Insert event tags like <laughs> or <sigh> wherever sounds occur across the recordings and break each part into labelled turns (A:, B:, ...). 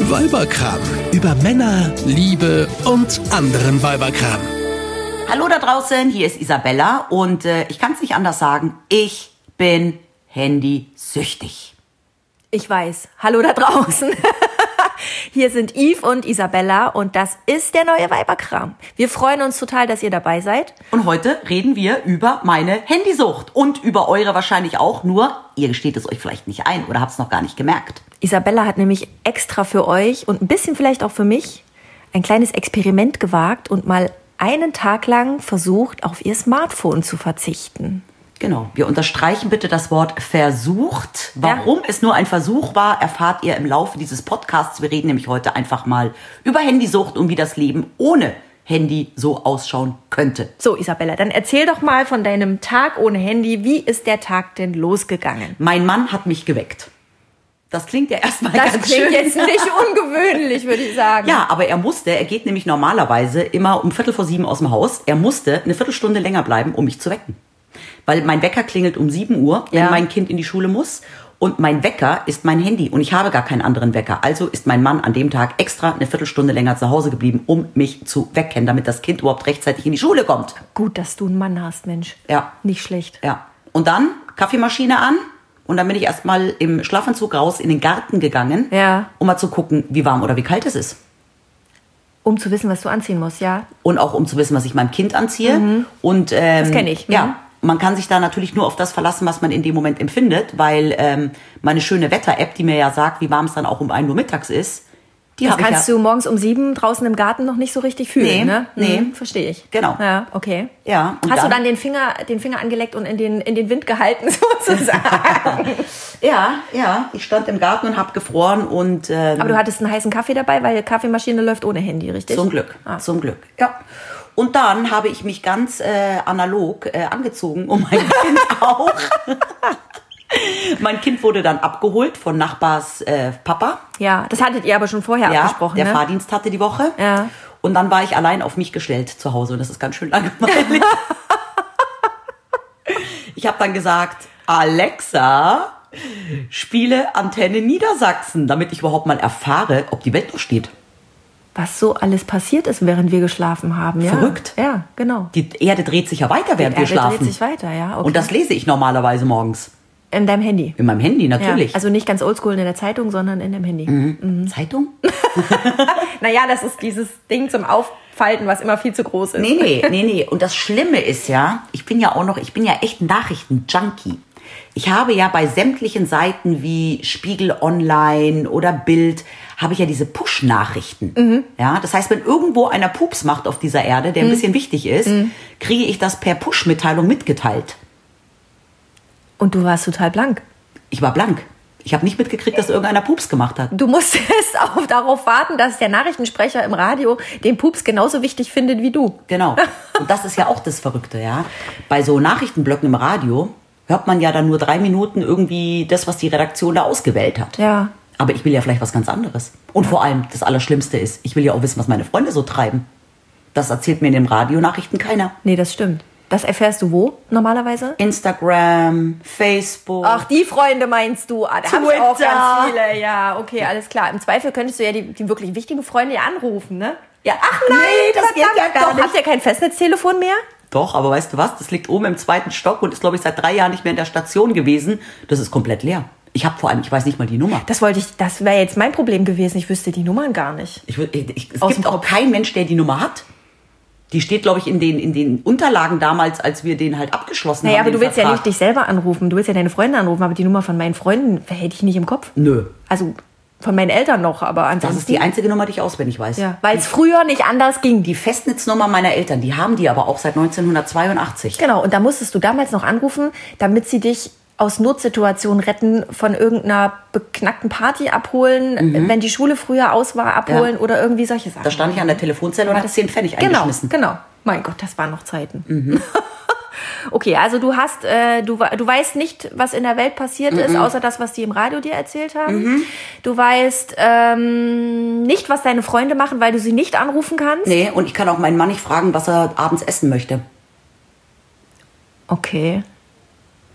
A: Weiberkram. Über Männer, Liebe und anderen Weiberkram.
B: Hallo da draußen, hier ist Isabella und äh, ich kann es nicht anders sagen, ich bin handysüchtig.
C: Ich weiß. Hallo da draußen. <laughs> Hier sind Yves und Isabella und das ist der neue Weiberkram. Wir freuen uns total, dass ihr dabei seid.
B: Und heute reden wir über meine Handysucht und über eure wahrscheinlich auch, nur ihr gesteht es euch vielleicht nicht ein oder habt es noch gar nicht gemerkt.
C: Isabella hat nämlich extra für euch und ein bisschen vielleicht auch für mich ein kleines Experiment gewagt und mal einen Tag lang versucht, auf ihr Smartphone zu verzichten.
B: Genau, wir unterstreichen bitte das Wort versucht. Warum es nur ein Versuch war, erfahrt ihr im Laufe dieses Podcasts. Wir reden nämlich heute einfach mal über Handysucht und wie das Leben ohne Handy so ausschauen könnte.
C: So, Isabella, dann erzähl doch mal von deinem Tag ohne Handy. Wie ist der Tag denn losgegangen?
B: Mein Mann hat mich geweckt. Das klingt ja erstmal
C: Das
B: ganz
C: klingt
B: schön. <laughs>
C: jetzt nicht ungewöhnlich, würde ich sagen.
B: Ja, aber er musste, er geht nämlich normalerweise immer um Viertel vor sieben aus dem Haus. Er musste eine Viertelstunde länger bleiben, um mich zu wecken. Weil mein Wecker klingelt um sieben Uhr, wenn
C: Ja.
B: mein Kind in die Schule muss. Und mein Wecker ist mein Handy und ich habe gar keinen anderen Wecker. Also ist mein Mann an dem Tag extra eine Viertelstunde länger zu Hause geblieben, um mich zu wecken, damit das Kind überhaupt rechtzeitig in die Schule kommt.
C: Gut, dass du einen Mann hast, Mensch.
B: Ja.
C: Nicht schlecht.
B: Ja. Und dann Kaffeemaschine an und dann bin ich erstmal im Schlafanzug raus in den Garten gegangen,
C: Ja.
B: um mal zu gucken, wie warm oder wie kalt es ist.
C: Um zu wissen, was du anziehen musst, ja?
B: und auch um zu wissen, was ich meinem Kind anziehe. Und ähm,
C: Mhm. Das kenne ich, mhm.
B: Ja, man kann sich da natürlich nur auf das verlassen, was man in dem Moment empfindet, weil ähm, meine schöne Wetter-App, die mir ja sagt, wie warm es dann auch um 1 Uhr mittags ist, die
C: Das
B: habe ich
C: kannst
B: ja.
C: du morgens um sieben draußen im Garten noch nicht so richtig fühlen,
B: Nee,
C: ne?
B: nee.
C: verstehe ich.
B: Genau.
C: Ja, okay.
B: Ja, und
C: Hast du
B: dann-
C: dann den Finger, den Finger angeleckt und in den, in den Wind gehalten, <laughs> sozusagen?
B: ja, ja, ich stand im Garten und habe gefroren und ähm,
C: Aber du hattest einen heißen Kaffee dabei, weil die Kaffeemaschine läuft ohne Handy, richtig?
B: Zum Glück,
C: Ah.
B: zum Glück, ja. Und dann habe ich mich ganz äh, analog äh, angezogen und mein Kind
C: <laughs>
B: auch. mein Kind wurde dann abgeholt von Nachbars äh, Papa.
C: Ja, das hattet ihr aber schon vorher
B: ja,
C: abgesprochen,
B: Der
C: ne?
B: Fahrdienst hatte die Woche.
C: Ja.
B: Und dann war ich allein auf mich gestellt zu Hause und das ist ganz schön
C: <laughs>
B: langweilig. ich habe dann gesagt, Alexa, spiele Antenne Niedersachsen, damit ich überhaupt mal erfahre, ob die Welt noch steht.
C: Was so alles passiert ist, während wir geschlafen haben, ja.
B: Verrückt.
C: Ja, genau.
B: Die Erde dreht sich ja weiter, während wir
C: Erde
B: schlafen.
C: dreht sich weiter, ja. Okay.
B: Und das lese ich normalerweise morgens.
C: in deinem Handy.
B: In meinem Handy, natürlich.
C: Ja, also nicht ganz oldschool in der Zeitung, sondern in dem Handy.
B: Zeitung?
C: Naja, das ist dieses Ding zum Auffalten, was immer viel zu groß ist.
B: Nee, nee, nee, nee. Und das Schlimme ist ja, ich bin ja auch noch, ich bin ja echt ein Nachrichten-Junkie. Ich habe ja bei sämtlichen Seiten wie Spiegel Online oder Bild, habe ich ja diese Push-Nachrichten.
C: Mhm.
B: Ja, das heißt, wenn irgendwo einer Pups macht auf dieser Erde, der ein bisschen wichtig ist,
C: Mhm.
B: kriege ich das per Push-Mitteilung mitgeteilt.
C: Und du warst total blank.
B: Ich war blank. Ich habe nicht mitgekriegt, dass irgendeiner Pups gemacht hat.
C: Du musstest <laughs> auch darauf warten, dass der Nachrichtensprecher im Radio den Pups genauso wichtig findet wie du.
B: Genau. Und das ist ja auch das Verrückte, ja. Bei so Nachrichtenblöcken im Radio hört man ja dann nur drei Minuten irgendwie das, was die Redaktion da ausgewählt hat.
C: Ja.
B: Aber ich will ja vielleicht was ganz anderes. Und vor allem, das Allerschlimmste ist, ich will ja auch wissen, was meine Freunde so treiben. Das erzählt mir in den Radionachrichten keiner.
C: Nee, das stimmt. Das erfährst du wo normalerweise?
B: Instagram, Facebook.
C: Ach, die Freunde meinst du. Ah, da hab ich auch
B: Twitter.
C: ganz viele. Ja, okay, alles klar. Im Zweifel könntest du ja die, die wirklich wichtigen Freunde ja anrufen, ne?
B: ja, ach nein, das geht ja gar
C: Doch,
B: nicht.
C: habt ihr kein Festnetztelefon mehr?
B: Doch, aber weißt du was? Das liegt oben im zweiten Stock und ist, glaube ich, seit drei Jahren nicht mehr in der Station gewesen. Das ist komplett leer. Ich habe vor allem, ich weiß nicht mal die Nummer.
C: Das wollte ich, das wäre jetzt mein Problem gewesen. Ich wüsste die Nummern gar nicht.
B: Ich, wür- ich, ich, es
C: Aus
B: gibt
C: dem
B: auch keinen Mensch, der die Nummer hat. Die steht, glaube ich, in den, in den Unterlagen damals, als wir den halt abgeschlossen
C: Naja,
B: haben.
C: aber
B: den
C: du willst ja
B: Vertrag.
C: nicht dich selber anrufen. Du willst ja deine Freunde anrufen, aber die Nummer von meinen Freunden hätte ich nicht im Kopf.
B: Nö.
C: Also von meinen Eltern noch, aber ansonsten.
B: Das ist die einzige Nummer, die ich auswendig weiß.
C: Ja, weil es früher nicht anders ging.
B: Die Festnetznummer meiner Eltern, die haben die aber auch seit 1982.
C: Genau, und da musstest du damals noch anrufen, damit sie dich aus Notsituationen retten, von irgendeiner beknackten Party abholen,
B: Mhm.
C: wenn die Schule früher aus war, abholen oder irgendwie solche Sachen.
B: Da stand ich an der Telefonzelle und
C: War
B: hatte 10 Pfennig
C: genau,
B: eingeschmissen.
C: Genau, mein Gott, das waren noch Zeiten. <laughs> okay, also du hast, äh, du, wa- du weißt nicht, was in der Welt passiert ist, außer das, was die im Radio dir erzählt haben. Du weißt ähm, nicht, was deine Freunde machen, weil du sie nicht anrufen kannst.
B: Nee, und ich kann auch meinen Mann nicht fragen, was er abends essen möchte.
C: Okay.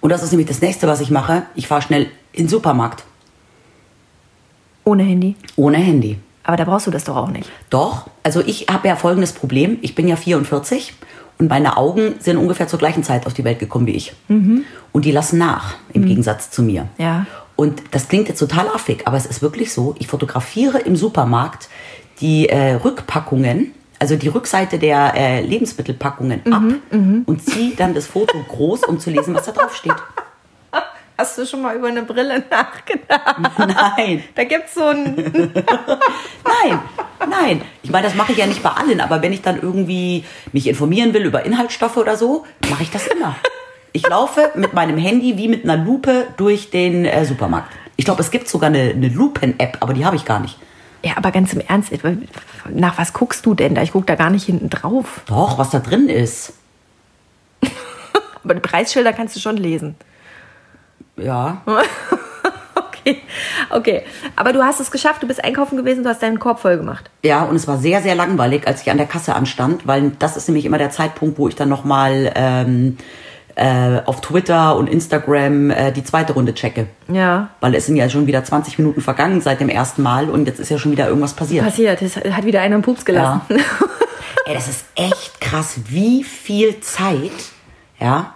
B: Und das ist nämlich das nächste, was ich mache. Ich fahre schnell in den Supermarkt.
C: Ohne Handy.
B: Ohne Handy.
C: Aber da brauchst du das doch auch nicht.
B: Doch, also ich habe ja folgendes Problem. Ich bin ja 44 und meine Augen sind ungefähr zur gleichen Zeit auf die Welt gekommen wie ich. Und die lassen nach, im Gegensatz zu mir.
C: Ja.
B: Und das klingt jetzt total affig, aber es ist wirklich so. Ich fotografiere im Supermarkt die äh, Rückpackungen, also die Rückseite der äh, Lebensmittelpackungen ab und ziehe dann das Foto groß, um zu lesen, was da drauf steht.
C: Hast du schon mal über eine Brille <laughs> nachgedacht?
B: Nein.
C: Da gibt's so ein.
B: Nein, nein. Ich meine, das mache ich ja nicht bei allen, aber wenn ich dann irgendwie mich informieren will über Inhaltsstoffe oder so, mache ich das immer. Ich laufe mit meinem Handy wie mit einer Lupe durch den äh, Supermarkt. Ich glaube, es gibt sogar eine, eine Lupen-App, aber die habe ich gar nicht.
C: <laughs> Ja, aber ganz im Ernst, äh, nach was guckst du denn da? Ich guck da gar nicht hinten drauf.
B: Doch, was da drin ist.
C: Aber die Preisschilder kannst du schon lesen.
B: Ja.
C: <laughs> Okay. Okay. Aber du hast es geschafft, du bist einkaufen gewesen, du hast deinen Korb voll gemacht.
B: Ja, und es war sehr, sehr langweilig, als ich an der Kasse anstand, weil das ist nämlich immer der Zeitpunkt, wo ich dann nochmal ähm, äh, auf Twitter und Instagram äh, die zweite Runde checke.
C: Ja.
B: Weil es sind ja schon wieder 20 Minuten vergangen seit dem ersten Mal und jetzt ist ja schon wieder irgendwas passiert.
C: Passiert, es hat wieder einer einen Pups gelassen.
B: Ja. Ey, das ist echt krass, wie viel Zeit ja,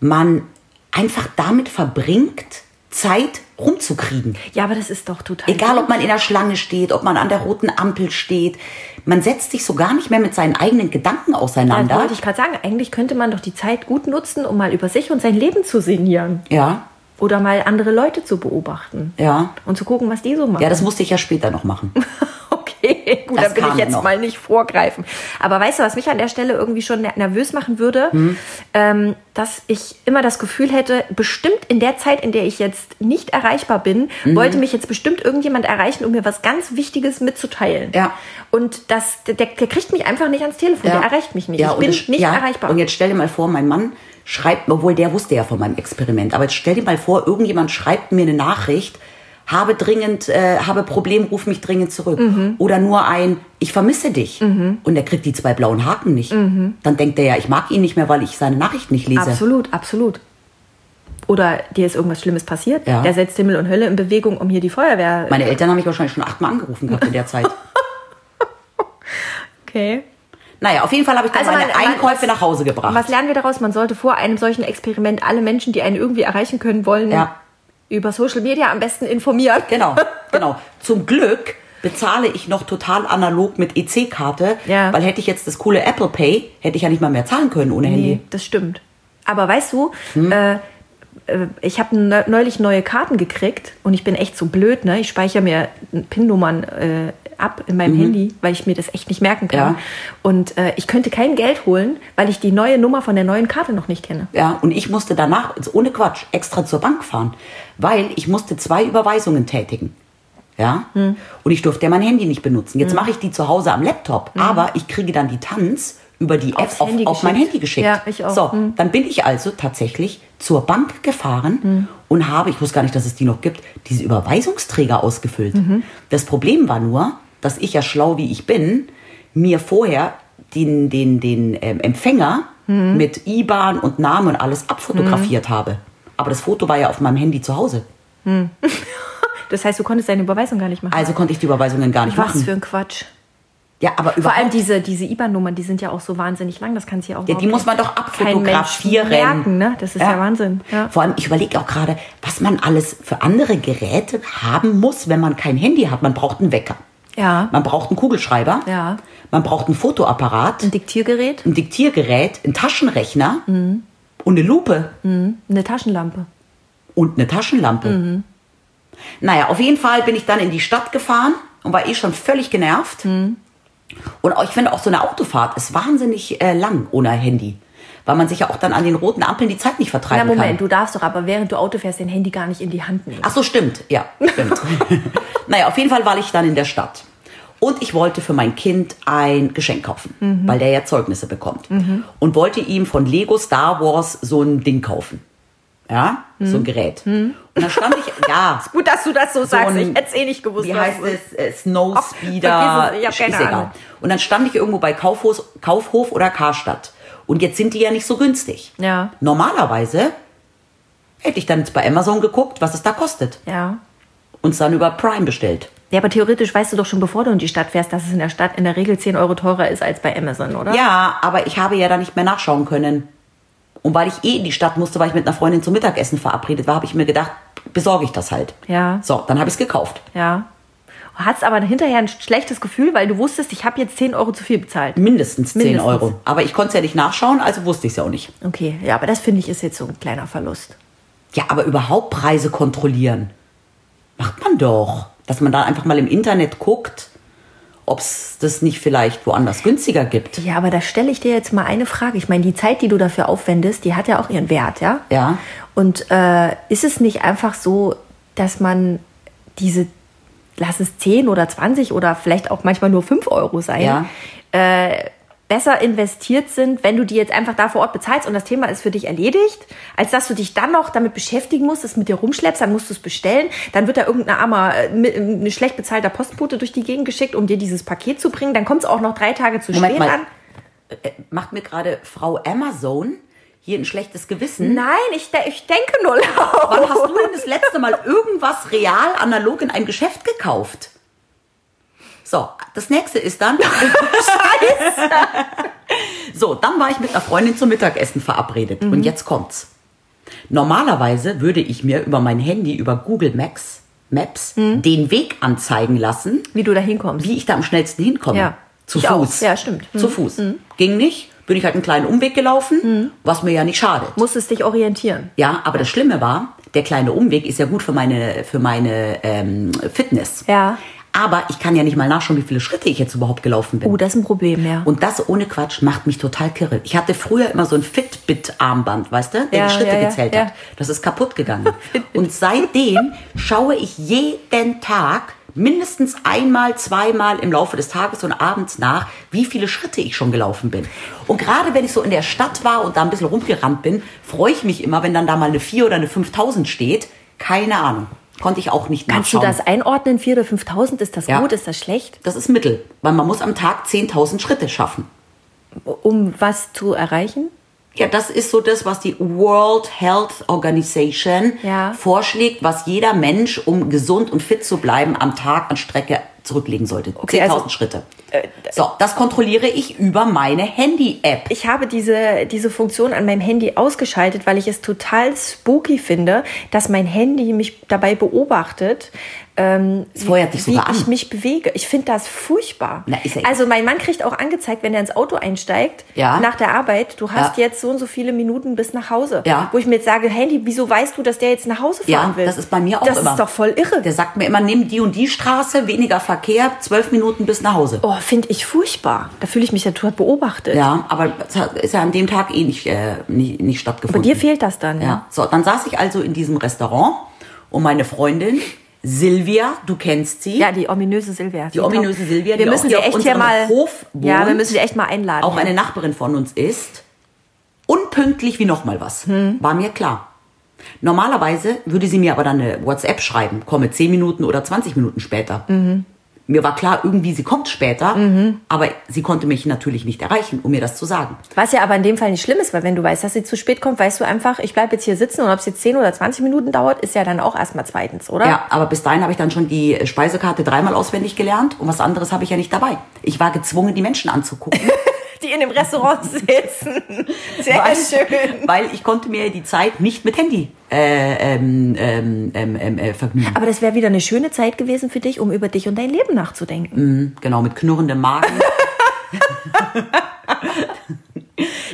B: man einfach damit verbringt, Zeit rumzukriegen.
C: <laughs> Ja, aber das ist doch total.
B: Egal, ob man in der Schlange steht, ob man an der roten Ampel steht, man setzt sich so gar nicht mehr mit seinen eigenen Gedanken
C: Das
B: auseinander.
C: wollte ich gerade sagen. Eigentlich könnte man doch die Zeit gut nutzen, um mal über sich und sein Leben zu sinnieren.
B: Ja,
C: Oder mal andere Leute zu beobachten.
B: ja.
C: Und zu gucken, was die so machen.
B: Ja, das musste ich ja später noch machen.
C: <laughs> Okay, gut,
B: Das
C: dann will
B: kam
C: ich jetzt
B: noch.
C: mal nicht vorgreifen. Aber weißt du, was mich an der Stelle irgendwie schon ner- nervös machen würde?
B: Hm.
C: Ähm, dass ich immer das Gefühl hätte, bestimmt in der Zeit, in der ich jetzt nicht erreichbar bin,
B: Mhm.
C: wollte mich jetzt bestimmt irgendjemand erreichen, um mir was ganz Wichtiges mitzuteilen.
B: Ja.
C: Und das, der, der kriegt mich einfach nicht ans Telefon, der erreicht mich nicht.
B: Ja,
C: ich
B: und
C: bin
B: es-
C: nicht
B: ja,
C: erreichbar.
B: Und jetzt stell dir mal vor, mein Mann schreibt, obwohl der wusste ja von meinem Experiment, aber jetzt stell dir mal vor, irgendjemand schreibt mir eine Nachricht, habe dringend, äh, habe Problem, ruf mich dringend zurück.
C: Mhm.
B: Oder nur ein, ich vermisse dich. Und er kriegt die zwei blauen Haken nicht. Dann denkt er ja, ich mag ihn nicht mehr, weil ich seine Nachricht nicht lese.
C: Mhm. Absolut, absolut. Oder dir ist irgendwas Schlimmes passiert.
B: Ja.
C: Der setzt Himmel und Hölle in Bewegung, um hier die Feuerwehr.
B: Meine Eltern haben mich wahrscheinlich schon achtmal angerufen gehabt
C: <laughs>
B: in der Zeit.
C: okay.
B: Naja, auf jeden Fall habe ich dann
C: Also
B: meine
C: man- man-
B: Einkäufe nach Hause gebracht.
C: Was lernen wir daraus? Man sollte vor einem solchen Experiment alle Menschen, die einen irgendwie erreichen können wollen,
B: Ja.
C: über Social Media am besten informieren.
B: Genau, genau. Zum Glück bezahle ich noch total analog mit EC-Karte,
C: Ja.
B: weil hätte ich jetzt das coole Apple Pay, hätte ich ja nicht mal mehr zahlen können ohne
C: Nee,
B: Handy.
C: das stimmt. Aber weißt du,
B: Hm.
C: äh, äh, ich habe ne- neulich neue Karten gekriegt und ich bin echt so blöd, ne? Ich speichere mir PIN-Nummern äh, ab in meinem Handy, weil ich mir das echt nicht merken kann.
B: Mhm. Ja.
C: Und äh, ich könnte kein Geld holen, weil ich die neue Nummer von der neuen Karte noch nicht kenne.
B: Ja, und ich musste danach, jetzt ohne Quatsch, extra zur Bank fahren, weil ich musste zwei Überweisungen tätigen. Ja?
C: Hm.
B: Und ich durfte ja mein Handy nicht benutzen. Jetzt mache ich die zu Hause am Laptop, aber ich kriege dann die Tanz über die
C: Hm. Aufs
B: App auf,
C: Handy
B: auf mein
C: geschickt.
B: Handy geschickt.
C: Ja, ich auch. Hm.
B: So, dann bin ich also tatsächlich zur Bank gefahren
C: Mhm.
B: und habe, ich wusste gar nicht, dass es die noch gibt, diese Überweisungsträger ausgefüllt.
C: Mhm.
B: Das Problem war nur, dass ich ja schlau wie ich bin, mir vorher den, den, den ähm, Empfänger
C: Mhm.
B: mit IBAN und Namen und alles abfotografiert habe. Aber das Foto war ja auf meinem Handy zu Hause.
C: Das heißt, du konntest deine Überweisung gar nicht machen.
B: Also konnte ich die Überweisungen gar nicht
C: Was
B: machen.
C: für ein Quatsch.
B: Ja, aber
C: Vor allem
B: überhaupt.
C: diese, diese IBAN-Nummern, die sind ja auch so wahnsinnig lang, das kann es ja auch
B: Ja, die
C: überhaupt
B: muss man
C: kein-
B: doch
C: kein Mensch
B: abfotografieren.
C: merken, ne? Das ist ja, Wahnsinn. Ja.
B: Vor allem, ich überlege auch gerade, was man alles für andere Geräte haben muss, wenn man kein Handy hat. Man braucht einen Wecker.
C: Ja.
B: Man braucht einen Kugelschreiber.
C: Ja.
B: Man braucht einen Fotoapparat,
C: Ein Diktiergerät,
B: ein Diktiergerät, einen Taschenrechner
C: Mhm.
B: und eine Lupe
C: eine Taschenlampe.
B: und eine Taschenlampe.
C: Mhm.
B: Naja, auf jeden Fall bin ich dann in die Stadt gefahren und war eh schon völlig genervt.
C: Mhm.
B: Und auch- ich finde auch so eine Autofahrt ist wahnsinnig äh, lang ohne Handy. Weil man sich ja auch dann an den roten Ampeln die Zeit nicht
C: Na
B: vertreiben
C: Moment,
B: kann.
C: du darfst doch aber während du Auto fährst dein Handy gar nicht in die Hand nehmen.
B: Ach so, stimmt. Ja, stimmt.
C: <laughs>
B: naja, auf jeden Fall war ich dann in der Stadt. Und ich wollte für mein Kind ein Geschenk kaufen,
C: Mhm.
B: weil der ja Zeugnisse bekommt. Und wollte ihm von Lego Star Wars so ein Ding kaufen. Ja, so
C: Mhm.
B: ein Gerät. Und dann stand ich, ja,
C: Gut, dass du das so,
B: ein-
C: hätt's eh nicht gewusst.
B: wie
C: was
B: heißt
C: ist.
B: es, Äh, Snowspeeder,
C: vergiss es, ich hab
B: ist
C: keine Ahnung.
B: egal. Und dann stand ich irgendwo bei Kaufhof, Kaufhof oder Karstadt. Und jetzt sind die ja nicht so günstig.
C: Ja.
B: Normalerweise hätte ich dann jetzt bei Amazon geguckt, was es da kostet.
C: Ja.
B: Und es dann über Prime bestellt.
C: Ja, aber theoretisch weißt du doch schon, bevor du in die Stadt fährst, dass es in der Stadt in der Regel 10 Euro teurer ist als bei Amazon, oder?
B: Ja, aber ich habe ja da nicht mehr nachschauen können. Und weil ich eh in die Stadt musste, weil ich mit einer Freundin zum Mittagessen verabredet war, habe ich mir gedacht, besorge ich das halt.
C: Ja.
B: So, dann habe ich es gekauft.
C: Ja. Du hattest aber hinterher ein schlechtes Gefühl, weil du wusstest, ich habe jetzt 10 Euro zu viel bezahlt.
B: Mindestens 10
C: Mindestens.
B: Euro. Aber ich konnte es ja nicht nachschauen, also wusste ich es ja auch nicht.
C: Okay, ja, aber das finde ich ist jetzt so ein kleiner Verlust.
B: Ja, aber überhaupt Preise kontrollieren. Macht man doch. Dass man da einfach mal im Internet guckt, ob es das nicht vielleicht woanders günstiger gibt.
C: Ja, aber da stelle ich dir jetzt mal eine Frage. Ich meine, die Zeit, die du dafür aufwendest, die hat ja auch ihren Wert, ja?
B: Ja.
C: Und äh, ist es nicht einfach so, dass man diese, lass es 10 oder 20 oder vielleicht auch manchmal nur 5 Euro sein,
B: Ja.
C: äh, besser investiert sind, wenn du die jetzt einfach da vor Ort bezahlst und das Thema ist für dich erledigt, als dass du dich dann noch damit beschäftigen musst, es mit dir rumschleppst, dann musst du es bestellen, dann wird da irgendeine armer, äh, mi- eine schlecht bezahlter Postbote durch die Gegend geschickt, um dir dieses Paket zu bringen, dann kommt es auch noch drei Tage zu
B: Moment
C: spät
B: mal.
C: an.
B: Macht mir gerade Frau Amazon hier ein schlechtes Gewissen.
C: Nein, ich, de- ich denke nur laut.
B: Wann hast du denn das letzte Mal irgendwas real analog in einem Geschäft gekauft? So, das nächste ist
C: <laughs>
B: dann. so, dann war ich mit einer Freundin zum Mittagessen verabredet.
C: Mhm.
B: Und jetzt kommt's. Normalerweise würde ich mir über mein Handy, über Google Maps, Maps
C: Mhm.
B: den Weg anzeigen lassen,
C: Wie du da hinkommst.
B: wie ich da am schnellsten hinkomme.
C: Ja.
B: Zu
C: Ich auch.
B: Fuß.
C: Ja, stimmt. Mhm.
B: Zu Fuß. Ging nicht. Bin ich halt einen kleinen Umweg gelaufen, was mir ja nicht schadet.
C: Musstest dich orientieren.
B: Ja, aber das Schlimme war, der kleine Umweg ist ja gut für meine, für meine ähm, Fitness.
C: Ja.
B: Aber ich kann ja nicht mal nachschauen, wie viele Schritte ich jetzt überhaupt gelaufen bin.
C: Oh, das ist ein Problem, ja.
B: Und das ohne Quatsch macht mich total kirre. Ich hatte früher immer so ein Fitbit-Armband, weißt du, der
C: Ja,
B: die Schritte
C: ja, ja,
B: gezählt
C: ja.
B: hat. Das ist kaputt gegangen.
C: <laughs>
B: Und seitdem schaue ich jeden Tag mindestens einmal, zweimal im Laufe des Tages und abends nach, wie viele Schritte ich schon gelaufen bin. Und gerade wenn ich so in der Stadt war und da ein bisschen rumgerannt bin, freue ich mich immer, wenn dann da mal eine 4 oder eine 5000 steht. Keine Ahnung. Konnte ich auch nicht
C: Kannst du
B: nachschauen.
C: das einordnen? 4.000 oder 5.000? Ist das
B: Ja.
C: gut? Ist das schlecht?
B: das ist Mittel, weil man muss am Tag 10.000 Schritte schaffen.
C: Um was zu erreichen?
B: Ja, das ist so das, was die World Health Organization
C: Ja.
B: vorschlägt, was jeder Mensch, um gesund und fit zu bleiben, am Tag an Strecke zurücklegen sollte.
C: Okay,
B: 10.000
C: also-
B: Schritte. so, das kontrolliere ich über meine Handy-App.
C: Ich habe diese, diese Funktion an meinem Handy ausgeschaltet, weil ich es total spooky finde, dass mein Handy mich dabei beobachtet, ähm,
B: feuert
C: wie
B: dich sogar
C: ich
B: an.
C: mich bewege. Ich finde das furchtbar.
B: Na, ist ja egal.
C: also mein Mann kriegt auch angezeigt, wenn er ins Auto einsteigt,
B: Ja.
C: nach der Arbeit, du hast
B: Ja.
C: jetzt so und so viele Minuten bis nach Hause.
B: Ja.
C: Wo ich mir jetzt sage, Handy, wieso weißt du, dass der jetzt nach Hause fahren
B: Ja,
C: will?
B: das ist bei mir auch
C: Das
B: immer.
C: ist doch voll irre.
B: Der sagt mir immer, nimm die und die Straße, weniger Verkehr, zwölf Minuten bis nach Hause.
C: Oh, finde ich furchtbar. Da fühle ich mich ja total beobachtet.
B: Ja, aber das hat- ist ja an dem Tag eh nicht, äh, nicht, nicht
C: Bei
B: stattgefunden.
C: dir fehlt das dann,
B: Ja, so, dann saß ich also in diesem Restaurant und meine Freundin, Silvia, du kennst sie.
C: Ja, die ominöse Silvia.
B: Die ominöse Silvia,
C: wir
B: die
C: müssen
B: auch
C: sie
B: auf
C: echt hier
B: unserem
C: mal.
B: Hof wohnt,
C: ja, wir müssen sie echt mal einladen.
B: auch
C: ja.
B: eine Nachbarin von uns ist, unpünktlich wie noch mal was. War mir klar. Normalerweise würde sie mir aber dann eine WhatsApp schreiben, komme 10 Minuten oder 20 Minuten später. Mir war klar, irgendwie sie kommt später, aber sie konnte mich natürlich nicht erreichen, um mir das zu sagen.
C: Was ja aber in dem Fall nicht schlimm ist, weil wenn du weißt, dass sie zu spät kommt, weißt du einfach, ich bleibe jetzt hier sitzen und ob es jetzt 10 oder 20 Minuten dauert, ist ja dann auch erstmal zweitens, oder?
B: Ja, aber bis dahin habe ich dann schon die Speisekarte dreimal auswendig gelernt und was anderes habe ich ja nicht dabei. Ich war gezwungen, die Menschen anzugucken.
C: Die in dem Restaurant <laughs> sitzen. Sehr
B: weil,
C: schön.
B: weil ich konnte mir die Zeit nicht mit Handy äh, ähm, ähm, ähm, ähm, äh, vergnügen.
C: Aber das wäre wieder eine schöne Zeit gewesen für dich, um über dich und dein Leben nachzudenken.
B: Genau, mit knurrendem Magen.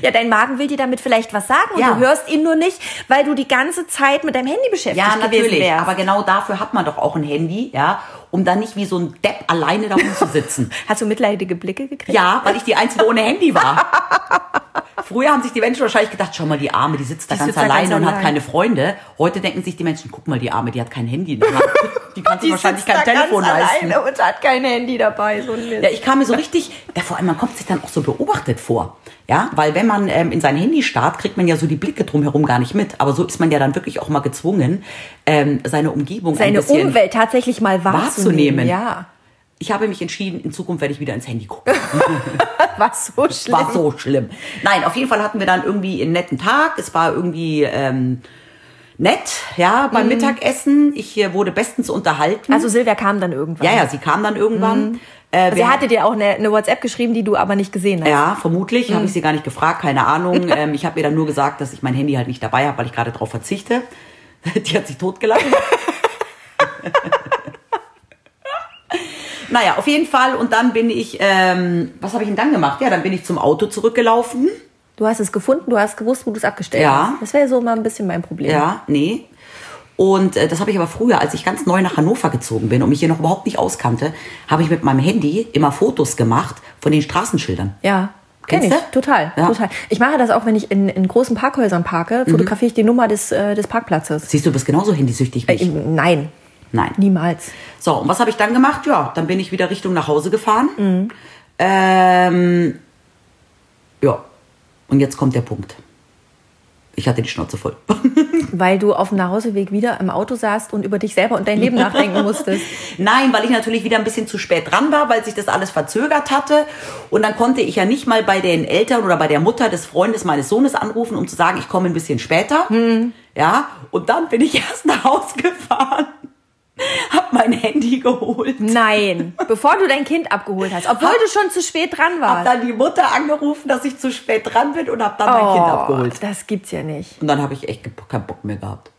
C: Ja, dein Magen will dir damit vielleicht was sagen und
B: Ja.
C: du hörst ihn nur nicht, weil du die ganze Zeit mit deinem Handy beschäftigt
B: ja,
C: gewesen
B: natürlich.
C: wärst.
B: Aber genau dafür hat man doch auch ein Handy, ja, um dann nicht wie so ein Depp alleine da
C: <laughs>
B: rumzusitzen.
C: Hast du mitleidige Blicke gekriegt?
B: ja, weil ich die Einzige ohne Handy war. Früher haben sich die Menschen wahrscheinlich gedacht, schau mal, die Arme, die sitzt da
C: Die
B: ganz
C: sitzt da
B: alleine
C: ganz
B: und hat
C: allein.
B: keine Freunde. Heute denken sich die Menschen, guck mal, die Arme, die hat kein Handy. Die
C: <laughs>
B: kann sich Also wahrscheinlich
C: sitzt
B: kein
C: da
B: Telefon
C: ganz
B: leisten.
C: alleine und hat kein Handy dabei. So ein Mist.
B: Ja, ich kam mir so richtig, ja, vor allem man kommt sich dann auch so beobachtet vor. Ja, weil wenn man ähm, in sein Handy starrt, kriegt man ja so die Blicke drumherum gar nicht mit. Aber so ist man ja dann wirklich auch mal gezwungen, ähm, seine Umgebung ein
C: Seine
B: bisschen.
C: Umwelt tatsächlich mal wahrzunehmen.
B: wahrzunehmen.
C: Ja,
B: Ich habe mich entschieden, in Zukunft werde ich wieder ins Handy
C: <laughs>
B: gucken.
C: was so schlimm.
B: War so schlimm. Nein, auf jeden Fall hatten wir dann irgendwie einen netten Tag. Es war irgendwie ähm, nett, ja, beim Mittagessen. Ich äh, wurde bestens unterhalten.
C: Mhm. Also Silvia kam dann irgendwann.
B: ja, ja, sie kam dann irgendwann. Äh,
C: Sie
B: wir-
C: hatte dir auch eine, eine WhatsApp geschrieben, die du aber nicht gesehen hast.
B: ja, vermutlich habe ich sie gar nicht gefragt, keine Ahnung. ähm, ich habe ihr dann nur gesagt, dass ich mein Handy halt nicht dabei habe, weil ich gerade drauf verzichte. <laughs> Die hat sich totgelacht. naja, auf jeden Fall. Und dann bin ich, ähm, was habe ich denn dann gemacht? Ja, dann bin ich zum Auto zurückgelaufen.
C: Du hast es gefunden, du hast gewusst, wo du es abgestellt
B: Ja.
C: hast. Das wäre so mal ein bisschen mein Problem.
B: Ja, nee. Und äh, das habe ich aber früher, als ich ganz neu nach Hannover gezogen bin und mich hier noch überhaupt nicht auskannte, habe ich mit meinem Handy immer Fotos gemacht von den Straßenschildern.
C: Ja. Kenn
B: Kennst
C: ich,
B: du?
C: total,
B: Ja. Mhm.
C: total. Ich mache das auch, wenn ich in, in großen Parkhäusern parke, fotografiere ich die Nummer des, äh, des Parkplatzes.
B: Siehst du, du bist genauso handysüchtig wie
C: Äh,
B: ich.
C: eben, nein,
B: Nein.
C: niemals.
B: So, und was habe ich dann gemacht? Ja, dann bin ich wieder Richtung nach Hause gefahren. Ähm, ja, und jetzt kommt der Punkt. Ich hatte die Schnauze voll. <laughs>
C: Weil du auf dem Nachhauseweg wieder im Auto saßt und über dich selber und
B: <laughs>
C: dein Leben nachdenken musstest.
B: Nein, weil ich natürlich wieder ein bisschen zu spät dran war, weil sich das alles verzögert hatte. Und dann konnte ich ja nicht mal bei den Eltern oder bei der Mutter des Freundes meines Sohnes anrufen, um zu sagen, ich komme ein bisschen später. Ja, und dann bin ich <laughs> erst nach Hause gefahren, hab mein Handy geholt.
C: Nein, bevor du dein Kind abgeholt hast, obwohl du schon zu spät dran
B: Hab
C: warst.
B: dann die Mutter angerufen, dass ich zu spät dran bin und hab dann mein Kind abgeholt.
C: Oh, das gibt's ja nicht.
B: Und dann habe ich echt ge- keinen Bock mehr gehabt.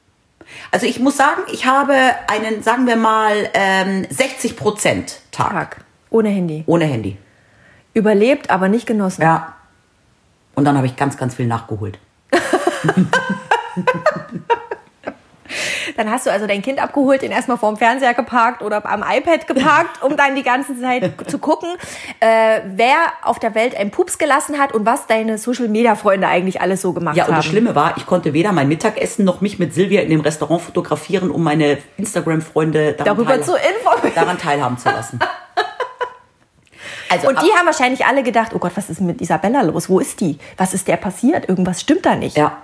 B: Also ich muss sagen, ich habe einen, sagen wir mal, ähm, 60 Prozent Tag,
C: Tag. Ohne Handy.
B: ohne Handy.
C: Überlebt, aber nicht genossen.
B: Ja. Und dann habe ich ganz, ganz viel nachgeholt.
C: Dann hast du also dein Kind abgeholt, ihn erstmal vorm Fernseher geparkt oder am iPad geparkt, um dann die ganze Zeit zu gucken, äh, wer auf der Welt einen Pups gelassen hat und was deine Social-Media-Freunde eigentlich alles so gemacht
B: Ja, und
C: haben.
B: das Schlimme war, ich konnte weder mein Mittagessen noch mich mit Silvia in dem Restaurant fotografieren, um meine Instagram-Freunde daran,
C: Darüber
B: teilha-
C: zu informieren.
B: daran teilhaben zu
C: <laughs>
B: lassen. Also,
C: Und die haben wahrscheinlich alle gedacht, oh Gott, was ist mit Isabella los? Wo ist die? Was ist der passiert? Irgendwas stimmt da nicht.
B: Ja.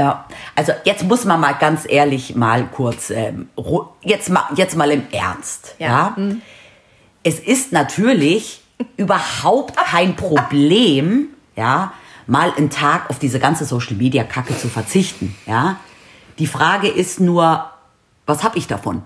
B: Ja, also jetzt muss man mal ganz ehrlich mal kurz, ähm, ru- jetzt, mal, jetzt mal im Ernst. Ja.
C: Ja. Mhm.
B: Es ist natürlich <laughs> überhaupt kein Problem, ja, mal einen Tag auf diese ganze Social-Media-Kacke zu verzichten. Ja. Die Frage ist nur, was habe ich davon,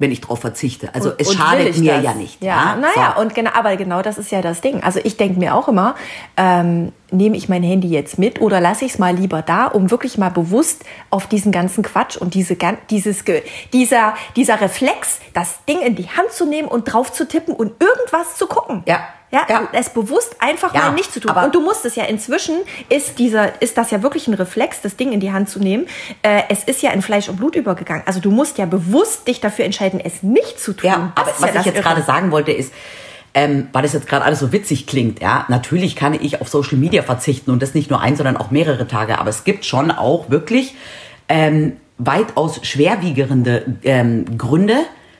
B: wenn ich drauf verzichte? Also es
C: Und will
B: schadet
C: ich
B: mir
C: das?
B: ja nicht.
C: Ja, naja, und genau, aber genau das ist ja das Ding. Also ich denke mir auch immer, ähm, nehme ich mein Handy jetzt mit oder lasse ich es mal lieber da, um wirklich mal bewusst auf diesen ganzen Quatsch und diese, gan- dieses, Ge- dieser, dieser Reflex, das Ding in die Hand zu nehmen und drauf zu tippen und irgendwas zu gucken.
B: Ja.
C: Ja,
B: Ja.
C: es bewusst einfach
B: Ja,
C: mal nicht zu tun.
B: aber-
C: und du musst es ja inzwischen, ist dieser, ist das ja wirklich ein Reflex, das Ding in die Hand zu nehmen. Äh, es ist ja in Fleisch und Blut übergegangen. Also du musst ja bewusst dich dafür entscheiden, es nicht zu tun.
B: Ja, aber
C: Das ist
B: was ich
C: das
B: jetzt
C: Irre.
B: gerade sagen wollte ist, ähm, weil das jetzt gerade alles so witzig klingt, ja, natürlich kann ich auf Social Media verzichten und das nicht nur ein, sondern auch mehrere Tage. Aber es gibt schon auch wirklich ähm, weitaus schwerwiegerende ähm, Gründe,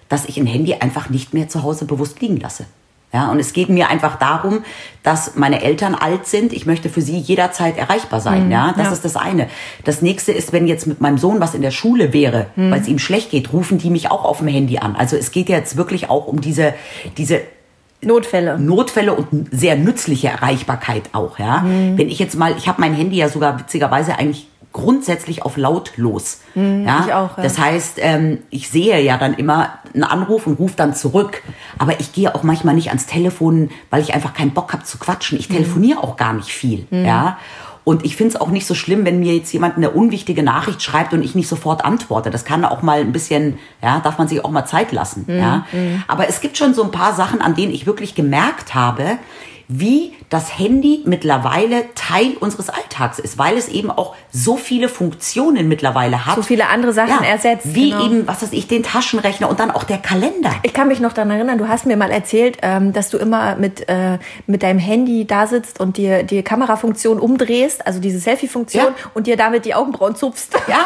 B: dass ich ein Handy einfach nicht mehr zu Hause bewusst liegen lasse. Ja, und es geht mir einfach darum, dass meine Eltern alt sind. Ich möchte für sie jederzeit erreichbar sein. ja, das
C: ja.
B: ist das eine. Das nächste ist, wenn jetzt mit meinem Sohn was in der Schule wäre, weil es ihm schlecht geht, rufen die mich auch auf dem Handy an. Also es geht jetzt wirklich auch um diese, diese
C: Notfälle.
B: Notfälle und sehr nützliche Erreichbarkeit auch, ja.
C: Mhm.
B: Wenn ich jetzt mal, ich habe mein Handy ja sogar witzigerweise eigentlich grundsätzlich auf lautlos. ja?
C: Mhm, ich auch, ja.
B: Das heißt, ähm, ich sehe ja dann immer einen Anruf und rufe dann zurück. Aber ich gehe auch manchmal nicht ans Telefon, weil ich einfach keinen Bock habe zu quatschen. Ich telefoniere auch gar nicht viel, ja. Und ich finde es auch nicht so schlimm, wenn mir jetzt jemand eine unwichtige Nachricht schreibt und ich nicht sofort antworte. Das kann auch mal ein bisschen, ja, darf man sich auch mal Zeit lassen. Ja. Aber es gibt schon so ein paar Sachen, an denen ich wirklich gemerkt habe, wie das Handy mittlerweile Teil unseres Alltags ist, weil es eben auch so viele Funktionen mittlerweile hat.
C: So viele andere Sachen ersetzt,
B: Wie
C: genau.
B: eben, was weiß ich, den Taschenrechner und dann auch der Kalender.
C: Ich kann mich noch daran erinnern, du hast mir mal erzählt, ähm, dass du immer mit, äh, mit deinem Handy da sitzt und dir die Kamerafunktion umdrehst, also diese Selfie-Funktion,
B: Ja.
C: und dir damit die Augenbrauen zupfst. <laughs>
B: Ja.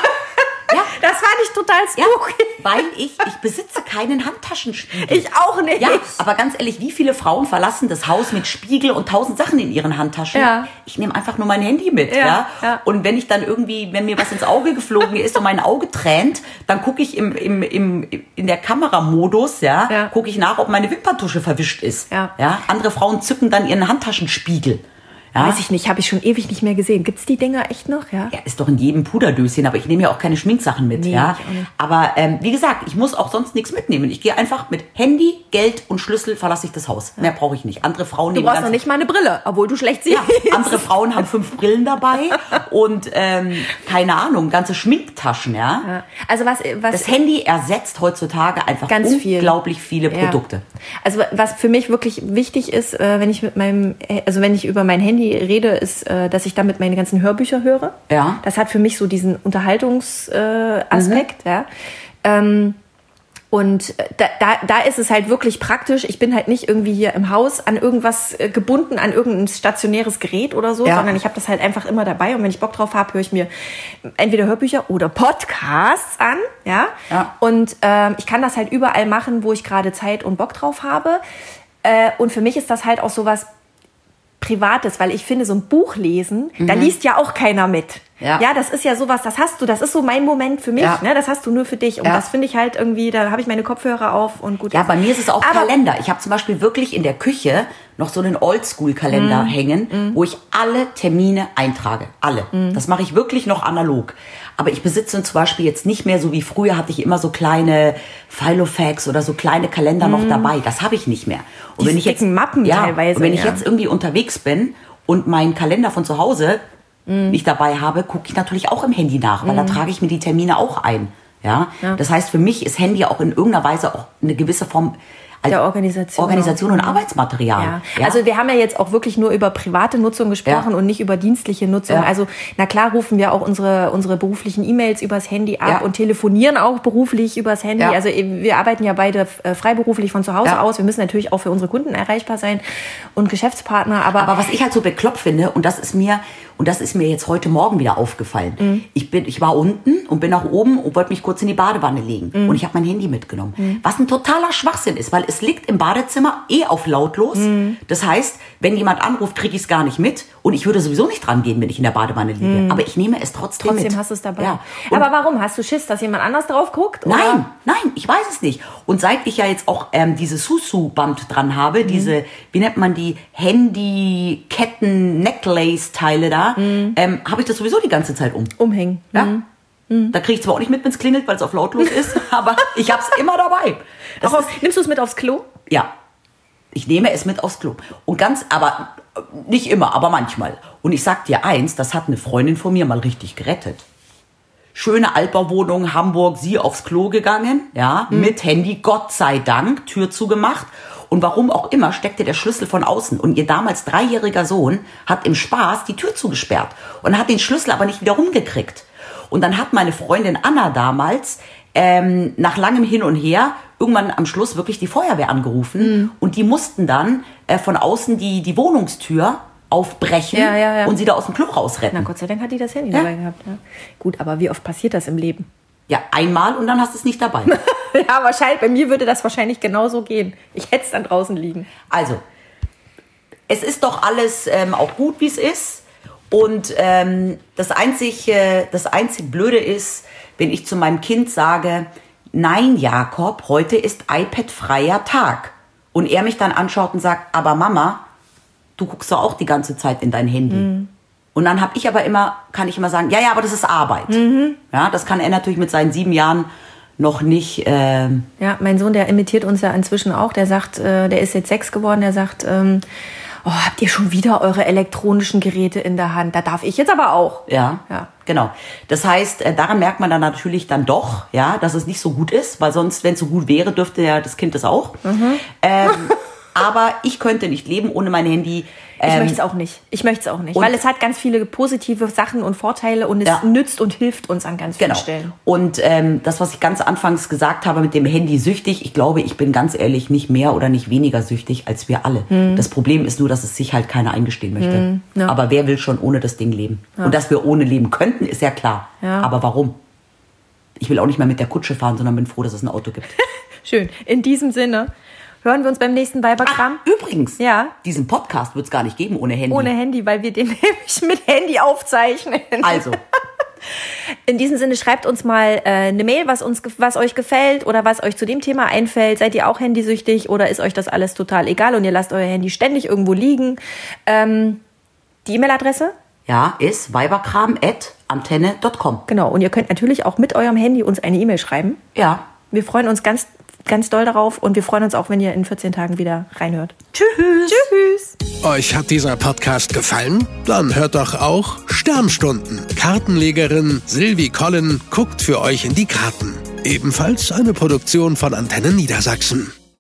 B: Ja.
C: Das fand ich total
B: Ja,
C: <laughs> spooky.
B: weil ich, ich besitze keinen Handtaschenspiegel.
C: Ich auch nicht.
B: Ja, aber ganz ehrlich, wie viele Frauen verlassen das Haus mit Spiegel und tausend Sachen in ihren Handtaschen?
C: Ja.
B: Ich nehme einfach nur mein Handy mit. Ja,
C: Ja, ja.
B: Und wenn ich dann irgendwie, wenn mir was ins Auge geflogen ist und mein Auge tränt, dann gucke ich im, im, im, in der Kameramodus, ja,
C: Ja.
B: gucke ich nach, ob meine Wimperntusche verwischt ist.
C: Ja.
B: ja. Andere Frauen zücken dann ihren Handtaschenspiegel. Ja?
C: Weiß ich nicht, habe ich schon ewig nicht mehr gesehen. Gibt's die Dinger echt noch? Ja.
B: Ja, ist doch in jedem Puderdöschen, aber ich nehme ja auch keine Schminksachen mit.
C: Nee,
B: ja.
C: ich auch nicht.
B: Aber ähm, wie gesagt, ich muss auch sonst nichts mitnehmen. Ich gehe einfach mit Handy, Geld und Schlüssel verlasse ich das Haus. Mehr brauche ich nicht. Andere Frauen
C: Du
B: nehmen
C: brauchst
B: ganz-
C: noch nicht mal eine Brille, obwohl du schlecht siehst.
B: <laughs> ja, andere Frauen haben fünf Brillen
C: <laughs>
B: dabei und ähm, keine Ahnung, ganze Schminktaschen, ja.
C: Ja. Also was, was
B: Das Handy ersetzt heutzutage einfach
C: Ganz viel.
B: unglaublich viele
C: Ja.
B: Produkte.
C: Also was für mich wirklich wichtig ist, äh, wenn ich mit meinem, also wenn ich über mein Handy rede, ist, äh, dass ich damit meine ganzen Hörbücher höre.
B: Ja.
C: Das hat für mich so diesen Unterhaltungsaspekt, äh, Aspekt,
B: Mhm.
C: ja. Ähm, und äh, da, da, da ist es halt wirklich praktisch. Ich bin halt nicht irgendwie hier im Haus an irgendwas äh, gebunden, an irgendein stationäres Gerät oder so,
B: Ja.
C: sondern ich habe das halt einfach immer dabei. Und wenn ich Bock drauf habe, höre ich mir entweder Hörbücher oder Podcasts an. Ja.
B: Ja.
C: Und ähm, ich kann das halt überall machen, wo ich gerade Zeit und Bock drauf habe. Äh, und für mich ist das halt auch sowas Privates, weil ich finde, so ein Buch lesen, da liest ja auch keiner mit.
B: Mhm. Ja.
C: das ist ja sowas, das hast du, das ist so mein Moment für mich,
B: Ja.
C: ne? das hast du nur für dich. Und
B: Ja.
C: das finde ich halt irgendwie, da habe ich meine Kopfhörer auf und gut. also
B: Ja, bei mir ist es auch
C: Aber-
B: Kalender. Ich habe zum Beispiel wirklich in der Küche noch so einen Oldschool-Kalender
C: Mhm.
B: hängen, wo ich alle Termine eintrage. Alle.
C: Mhm.
B: Das mache ich wirklich noch analog. Aber ich besitze zum Beispiel jetzt nicht mehr so wie früher hatte ich immer so kleine Filofax oder so kleine Kalender noch dabei. Das habe ich nicht mehr. Und
C: Mhm. Diese dicken Mappen
B: ja,
C: teilweise,
B: Und wenn ich
C: ja.
B: jetzt irgendwie unterwegs bin und meinen Kalender von zu Hause nicht dabei habe, gucke ich natürlich auch im Handy nach, weil
C: Mhm.
B: da trage ich mir die Termine auch ein. Ja? das heißt, für mich ist Handy auch in irgendeiner Weise auch eine gewisse Form als
C: Der Organisation.
B: Organisation und Arbeitsmaterial.
C: Ja. Also wir haben ja jetzt auch wirklich nur über private Nutzung gesprochen
B: Ja.
C: und nicht über dienstliche Nutzung.
B: Ja.
C: Also na klar rufen wir auch unsere, unsere beruflichen E-Mails übers Handy ab
B: Ja.
C: und telefonieren auch beruflich übers Handy.
B: Ja.
C: Also eben, wir arbeiten ja beide äh, freiberuflich von zu Hause
B: Ja.
C: aus. Wir müssen natürlich auch für unsere Kunden erreichbar sein und Geschäftspartner. Aber,
B: Aber was ich halt so bekloppt finde, und das ist mir, und das ist mir jetzt heute Morgen wieder aufgefallen.
C: Mhm.
B: Ich bin, ich war unten und bin nach oben und wollte mich kurz in die Badewanne legen.
C: Mhm.
B: Und ich habe mein Handy mitgenommen. Was ein totaler Schwachsinn ist, weil es liegt im Badezimmer eh auf lautlos.
C: Mhm.
B: Das heißt, wenn jemand anruft, kriege ich es gar nicht mit. Und ich würde sowieso nicht dran gehen, wenn ich in der Badewanne liege. Aber ich nehme es trotzdem, mit.
C: Mhm. trotzdem hast du es dabei.
B: Ja. Und
C: Aber warum? Hast du Schiss, dass jemand anders drauf guckt? oder?
B: Nein, nein, ich weiß es nicht. Und seit ich ja jetzt auch ähm, diese Susu-Band dran habe, diese, wie nennt man die, Handy-Ketten-Necklace-Teile da, ähm, habe ich das sowieso die ganze Zeit um.
C: Umhängen. Hm.
B: Ja? Mhm. Da kriege ich zwar auch nicht mit, wenn es klingelt, weil es auf lautlos <laughs> ist, aber ich habe es immer dabei. Das
C: Auch auf, nimmst du es mit aufs Klo?
B: ja, ich nehme es mit aufs Klo. Und ganz, aber äh, nicht immer, aber manchmal. Und ich sag dir eins, das hat eine Freundin von mir mal richtig gerettet. Schöne Altbauwohnung, Hamburg, sie aufs Klo gegangen, ja,
C: Hm.
B: mit Handy, Gott sei Dank, Tür zugemacht. Und warum auch immer steckte der Schlüssel von außen. Und ihr damals dreijähriger Sohn hat im Spaß die Tür zugesperrt und hat den Schlüssel aber nicht wieder rumgekriegt. Und dann hat meine Freundin Anna damals ähm, nach langem Hin und Her irgendwann am Schluss wirklich die Feuerwehr angerufen
C: Hm.
B: und die mussten dann äh, von außen die, die Wohnungstür aufbrechen
C: Ja, ja, ja.
B: und sie da aus dem Klo
C: Na,
B: rausretten.
C: Gott sei Dank hat die das Handy
B: Ja.
C: dabei gehabt. Ja. Gut, aber wie oft passiert das im Leben?
B: Ja, einmal und dann hast du es nicht dabei.
C: <laughs> Ja, wahrscheinlich, bei mir würde das wahrscheinlich genauso gehen. Ich hätte es dann draußen liegen.
B: also, es ist doch alles ähm, auch gut, wie es ist. Und ähm, das, einzig, äh, das einzig Blöde ist, wenn ich zu meinem Kind sage, nein, Jakob, heute ist iPad-freier Tag. Und er mich dann anschaut und sagt, aber Mama, du guckst doch auch die ganze Zeit in dein Handy. Und dann habe ich aber immer, kann ich immer sagen, ja, ja, aber das ist Arbeit. Ja, das kann er natürlich mit seinen sieben Jahren noch nicht. ähm,
C: Ja, mein Sohn, der imitiert uns ja inzwischen auch. Der sagt, äh, der ist jetzt sechs geworden, der sagt, ähm, oh, habt ihr schon wieder eure elektronischen Geräte in der Hand? Da darf ich jetzt aber auch.
B: Ja,
C: Ja.
B: genau. Das heißt, äh, daran merkt man dann natürlich dann doch, ja, dass es nicht so gut ist, weil sonst, wenn es so gut wäre, dürfte ja das Kind das auch.
C: Mhm.
B: Ähm, <laughs> aber ich könnte nicht leben ohne mein Handy.
C: Ich
B: Ähm,
C: möchte es auch nicht. Ich möchte es auch nicht.
B: und-
C: Weil es hat ganz viele positive Sachen und Vorteile und es
B: Ja.
C: nützt und hilft uns an ganz vielen
B: genau.
C: Stellen.
B: Und ähm, das, was ich ganz anfangs gesagt habe mit dem Handy süchtig, ich glaube, ich bin ganz ehrlich nicht mehr oder nicht weniger süchtig als wir alle. Das Problem ist nur, dass es sich halt keiner eingestehen möchte.
C: Hm. ja.
B: Aber wer will schon ohne das Ding leben? Und dass wir ohne leben könnten, ist ja klar.
C: Ja.
B: Aber warum? Ich will auch nicht mehr mit der Kutsche fahren, sondern bin froh, dass es ein Auto
C: <laughs>
B: gibt.
C: Schön. In diesem Sinne hören wir uns beim nächsten Weiberkram.
B: Übrigens,
C: Ja.
B: diesen Podcast wird es gar nicht geben ohne Handy.
C: Ohne Handy, weil wir den <laughs> nämlich mit Handy aufzeichnen.
B: Also,
C: In diesem Sinne schreibt uns mal äh, eine Mail, was uns, ge- was euch gefällt oder was euch zu dem Thema einfällt. Seid ihr auch handysüchtig oder ist euch das alles total egal und ihr lasst euer Handy ständig irgendwo liegen? Ähm, Die E-Mail-Adresse?
B: Ja, ist weiberkram.antenne.com.
C: Genau. Und ihr könnt natürlich auch mit eurem Handy uns eine E-Mail schreiben.
B: Ja.
C: Wir freuen uns ganz, ganz doll darauf und wir freuen uns auch, wenn ihr in 14 Tagen wieder reinhört.
B: Tschüss.
C: Tschüss.
A: Euch hat dieser Podcast gefallen? Dann hört doch auch Sternstunden. Kartenlegerin Silvi Collin guckt für euch in die Karten. Ebenfalls eine Produktion von Antenne Niedersachsen.